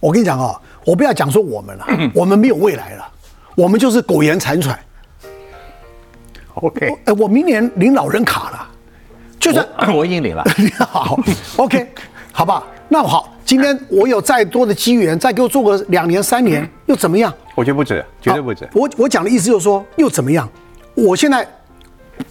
Speaker 2: 我跟你讲哦，我不要讲说 我们了，啊我们没有未来了，我们就是苟延残喘。
Speaker 1: OK，
Speaker 2: 哎，我明年领老人卡了，就算
Speaker 1: 我 我已经领了。
Speaker 2: 你好，OK，好 吧，那好，今天我有再多的机缘，再给我做个两年三 年又怎么样？
Speaker 1: 我觉得不止，绝对不止
Speaker 2: 好。我我讲的意思就是说，又怎么样？我现在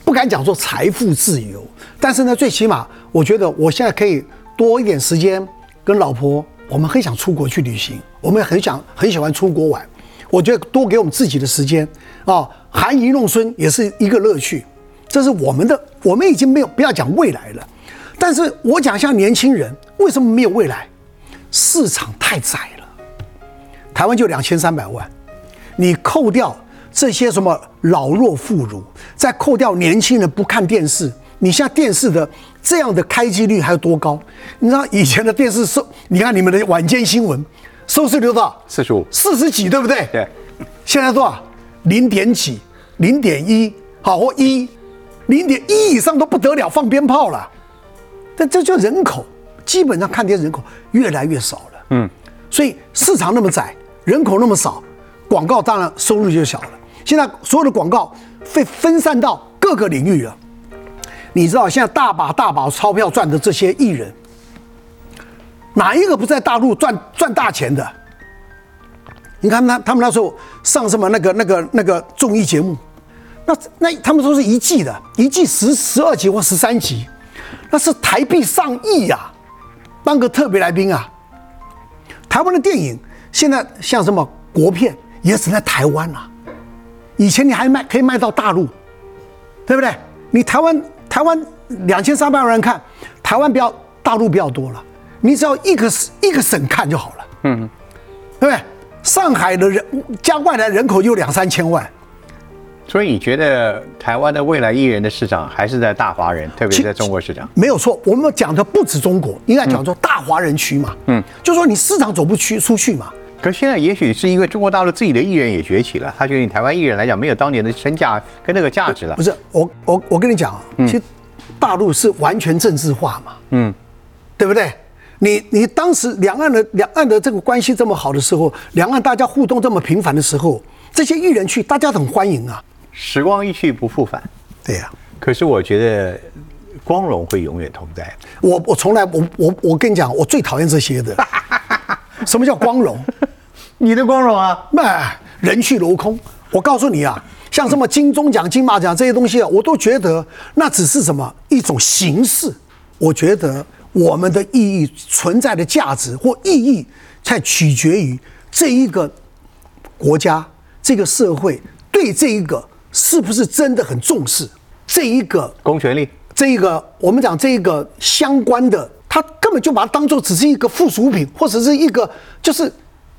Speaker 2: 不敢讲说财富自由，但是呢，最起码我觉得我现在可以多一点时间跟老婆，我们很想出国去旅行，我们很想很喜欢出国玩。我觉得多给我们自己的时间啊，含饴弄孙也是一个乐趣。这是我们的，我们已经没有不要讲未来了，但是我讲像年轻人为什么没有未来？市场太窄了，台湾就两千三百万，你扣掉这些什么老弱妇孺，再扣掉年轻人不看电视，你像电视的这样的开机率还有多高？你知道以前的电视收，你看你们的晚间新闻收视率多少？
Speaker 1: 四十五，
Speaker 2: 四十几，对不对？
Speaker 1: 对。
Speaker 2: 现在多少？零点几？零点一？好，或一？零点一以上都不得了，放鞭炮了。但这就人口，基本上看电视人口越来越少了。嗯，所以市场那么窄，人口那么少，广告当然收入就小了。现在所有的广告被分散到各个领域了。你知道现在大把大把钞票赚的这些艺人，哪一个不在大陆赚赚大钱的？你看他他们那时候上什么那个那个那个综艺节目，那那他们说是一季的，一季十十二集或十三集，那是台币上亿呀、当个特别来宾啊。台湾的电影现在像什么国片也只在台湾啊，以前你还卖可以卖到大陆，对不对？你台湾台湾两千三百万人看，台湾不要大陆不要多了，你只要一个一个省看就好了。对不对？上海的人加外来人口就两三千万，
Speaker 1: 所以你觉得台湾的未来艺人的市场还是在大华人，特别
Speaker 2: 其
Speaker 1: 在中国市场？
Speaker 2: 没有错。我们讲的不止中国，应该讲说大华人区嘛，嗯，就说你市场走不去出去嘛，
Speaker 1: 可现在也许是因为中国大陆自己的艺人也崛起了，他觉得你台湾艺人来讲没有当年的身价跟那个价值了
Speaker 2: 不。是，我我我跟你讲啊，其实大陆是完全政治化嘛，嗯，对不对？你你当时两岸的两岸的这个关系这么好的时候，两岸大家互动这么频繁的时候，这些艺人去，大家很欢迎啊，
Speaker 1: 时光一去不复返，
Speaker 2: 对呀、
Speaker 1: 可是我觉得光荣会永远同在。
Speaker 2: 我我从来我我我跟你讲，我最讨厌这些 的。什么叫光荣？
Speaker 1: 你的光荣啊，
Speaker 2: 哎，人去楼空。我告诉你啊，像什么金钟奖、金马奖这些东西啊，我都觉得那只是什么一种形式。我觉得我们的意义存在的价值或意义，才取决于这一个国家、这个社会对这一个是不是真的很重视，这一个
Speaker 1: 公权力。
Speaker 2: 这一个我们讲这一个相关的，他根本就把它当做只是一个附属品，或者是一个就是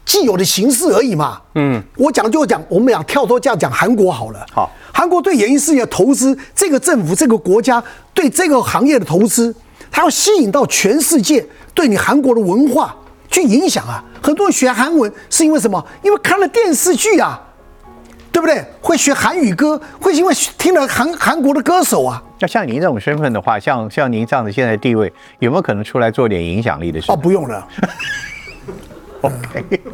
Speaker 2: 既有的形式而已嘛。嗯，我讲就讲，我们讲跳脱这样讲韩国好了。
Speaker 1: 好，
Speaker 2: 韩国对演艺事业的投资，这个政府这个国家对这个行业的投资，它要吸引到全世界对你韩国的文化去影响啊。很多人学韩文是因为什么？因为看了电视剧啊。对不对？会学韩语歌，会因为听了韩韩国的歌手啊，
Speaker 1: 那像您这种身份的话，像像您这样的现在的地位，有没有可能出来做点影响力的事？
Speaker 2: 哦，不用了。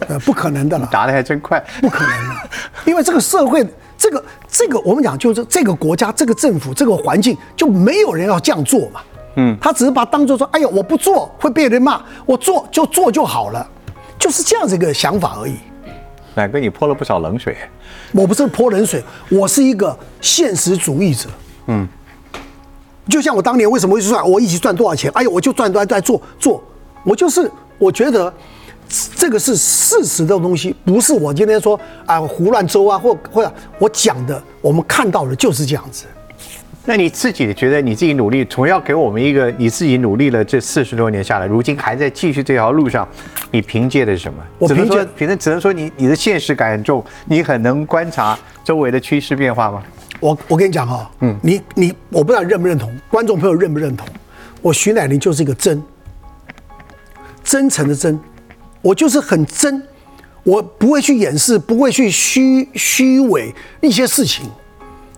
Speaker 2: 呃，不可能的了，
Speaker 1: 答的还真快，
Speaker 2: 不可能的，因为这个社会，这个这个，我们讲就是这个国家、这个政府、这个环境，就没有人要这样做嘛。嗯，他只是把它当做说，哎呀，我不做会被人骂，我做就做就好了，就是这样子一个想法而已。
Speaker 1: 乃哥你泼了不少冷水。
Speaker 2: 我不是泼冷水，我是一个现实主义者。嗯，就像我当年为什么会算我一直赚多少钱？哎呦，我就赚多少在做做，我就是我觉得这个是事实的东西，不是我今天说啊胡乱诌啊，或或者我讲的，我们看到的就是这样子。
Speaker 1: 那你自己觉得你自己努力，总要给我们一个你自己努力了这四十多年下来，如今还在继续这条路上，你凭借的是什么？
Speaker 2: 我
Speaker 1: 只能
Speaker 2: 凭
Speaker 1: 说，
Speaker 2: 借
Speaker 1: 只能只能说你你的现实感很重，你很能观察周围的趋势变化吗？
Speaker 2: 我我跟你讲哈、嗯，你你我不知道你认不认同，观众朋友认不认同？我徐乃麟就是一个真，真诚的真，我就是很真，我不会去掩饰，不会去虚虚伪一些事情，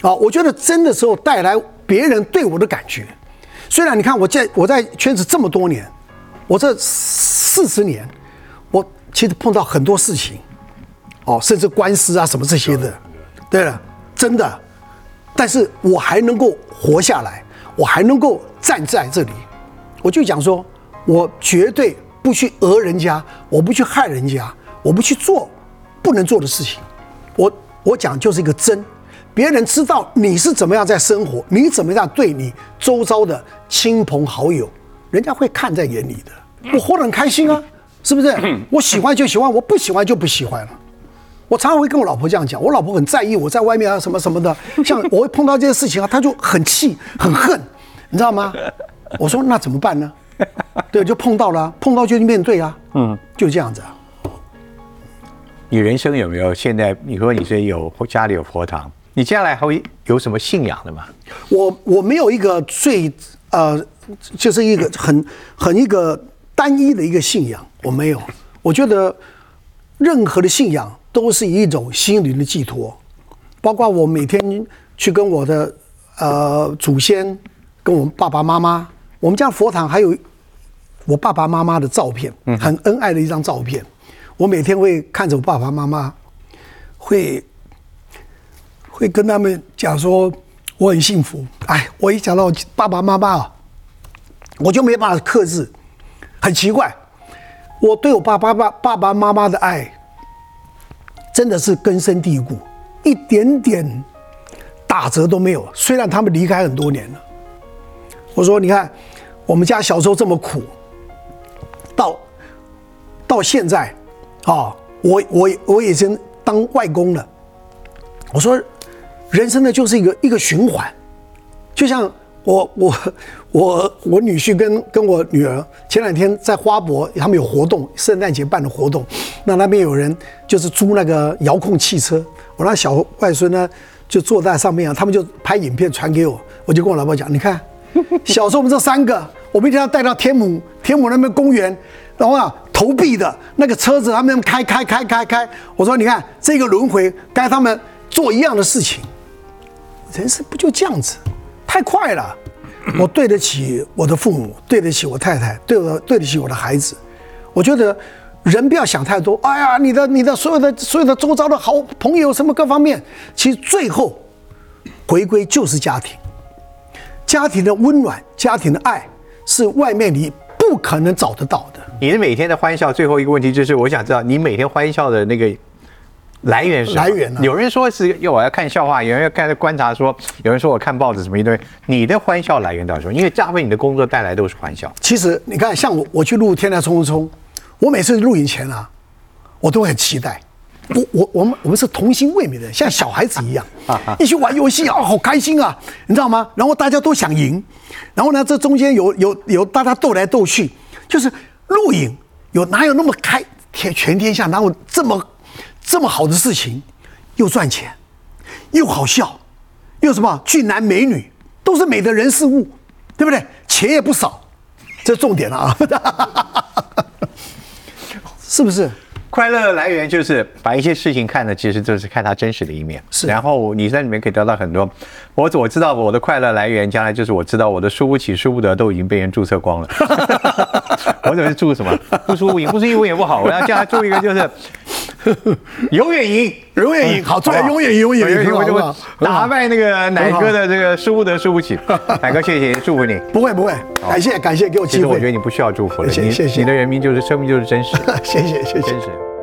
Speaker 2: 啊，我觉得真的时候带来别人对我的感觉。虽然你看我在我在圈子这么多年，我这四十年，我其实碰到很多事情，哦，甚至官司啊什么这些的，对了，真的，但是我还能够活下来，我还能够站在这里，我就讲说，我绝对不去讹人家，我不去害人家，我不去做不能做的事情，我我讲就是一个真，别人知道你是怎么样在生活，你怎么样对你周遭的亲朋好友，人家会看在眼里的，我活得很开心啊，是不是？我喜欢就喜欢，我不喜欢就不喜欢了。我常常会跟我老婆这样讲，我老婆很在意我在外面啊什么什么的， 像我会碰到这些事情啊，她就很气很恨，你知道吗？我说那怎么办呢？对，就碰到了啊、碰到就去面对啊，嗯，就这样子啊。
Speaker 1: 你人生有没有现在？你说你是有家里有佛堂，你接下来还会有什么信仰的吗？
Speaker 2: 我我没有一个最呃，就是一个很很一个单一的一个信仰，我没有。我觉得任何的信仰都是一种心灵的寄托，包括我每天去跟我的呃祖先，跟我们爸爸妈妈，我们家佛堂还有我爸爸妈妈的照片，很恩爱的一张照片。我每天会看着我爸爸妈妈，会会跟他们讲说，我很幸福。哎，我一讲到爸爸妈妈啊，我就没办法克制，很奇怪，我对我爸爸爸爸爸妈妈的爱，真的是根深蒂固，一点点打折都没有。虽然他们离开很多年了，我说你看，我们家小时候这么苦，到到现在，啊、我我我已经当外公了。我说，人生呢就是一个一个循环，就像我我我我女婿跟跟我女儿前两天在花博，他们有活动，圣诞节办的活动，那那边有人就是租那个遥控汽车，我那小外孙呢就坐在上面啊，他们就拍影片传给我，我就跟我老婆讲，你看，小时候我们这三个，我们一定要带到天母天母那边公园，然后啊。投币的那个车子，他们开开开开开，我说你看这个轮回，该他们做一样的事情，人生不就这样子？太快了！我对得起我的父母，对得起我太太，对我对得起我的孩子。我觉得人不要想太多。哎呀，你的你的所有的所有的周遭的好朋友什么各方面，其实最后回归就是家庭。家庭的温暖，家庭的爱，是外面你不可能找得到的。
Speaker 1: 你的每天的欢笑，最后一个问题就是，我想知道你每天欢笑的那个来源是什么
Speaker 2: 来源啊
Speaker 1: 有人说是要我要看笑话，有人要看观察说，有人说我看报纸什么一堆。你的欢笑来源到底是什么？因为大部分你的工作带来都是欢笑。
Speaker 2: 其实你看，像我我去录《天台冲冲冲》，我每次录影前啊，我都会很期待。我我我们我们是童心未泯的人，像小孩子一样，一起玩游戏啊、好开心啊，你知道吗？然后大家都想赢，然后呢，这中间有有有大家斗来斗去，就是录影有哪有那么开天全天下哪有这么这么好的事情，又赚钱，又好笑，又什么俊男美女，都是美的人事物，对不对？钱也不少，这重点了啊， 是不是？
Speaker 1: 快乐的来源就是把一些事情看的，其实就是看它真实的一面。
Speaker 2: 是
Speaker 1: 然后你在里面可以得到很多。我我知道我的快乐来源，将来就是我知道我的输不起、输不得都已经被人注册 光了。我准备注什么？不输不赢，不输不赢也不好。我要将来注一个就是永远赢。
Speaker 2: 永远赢，好，最哦啊好永远赢，永远 赢，
Speaker 1: 我
Speaker 2: 好不
Speaker 1: 就
Speaker 2: 好？
Speaker 1: 打
Speaker 2: 打败，
Speaker 1: 败那个奶哥的这个输不得、输不起。奶哥，谢谢，祝福你。
Speaker 2: 不会不会，感谢感谢给我
Speaker 1: 其
Speaker 2: 机
Speaker 1: 实我觉得
Speaker 2: 会，
Speaker 1: 你不需要祝福了，
Speaker 2: 谢谢
Speaker 1: 你
Speaker 2: 谢谢
Speaker 1: 你的人民就是生命就是真实的，
Speaker 2: 谢谢谢谢
Speaker 1: 真。实。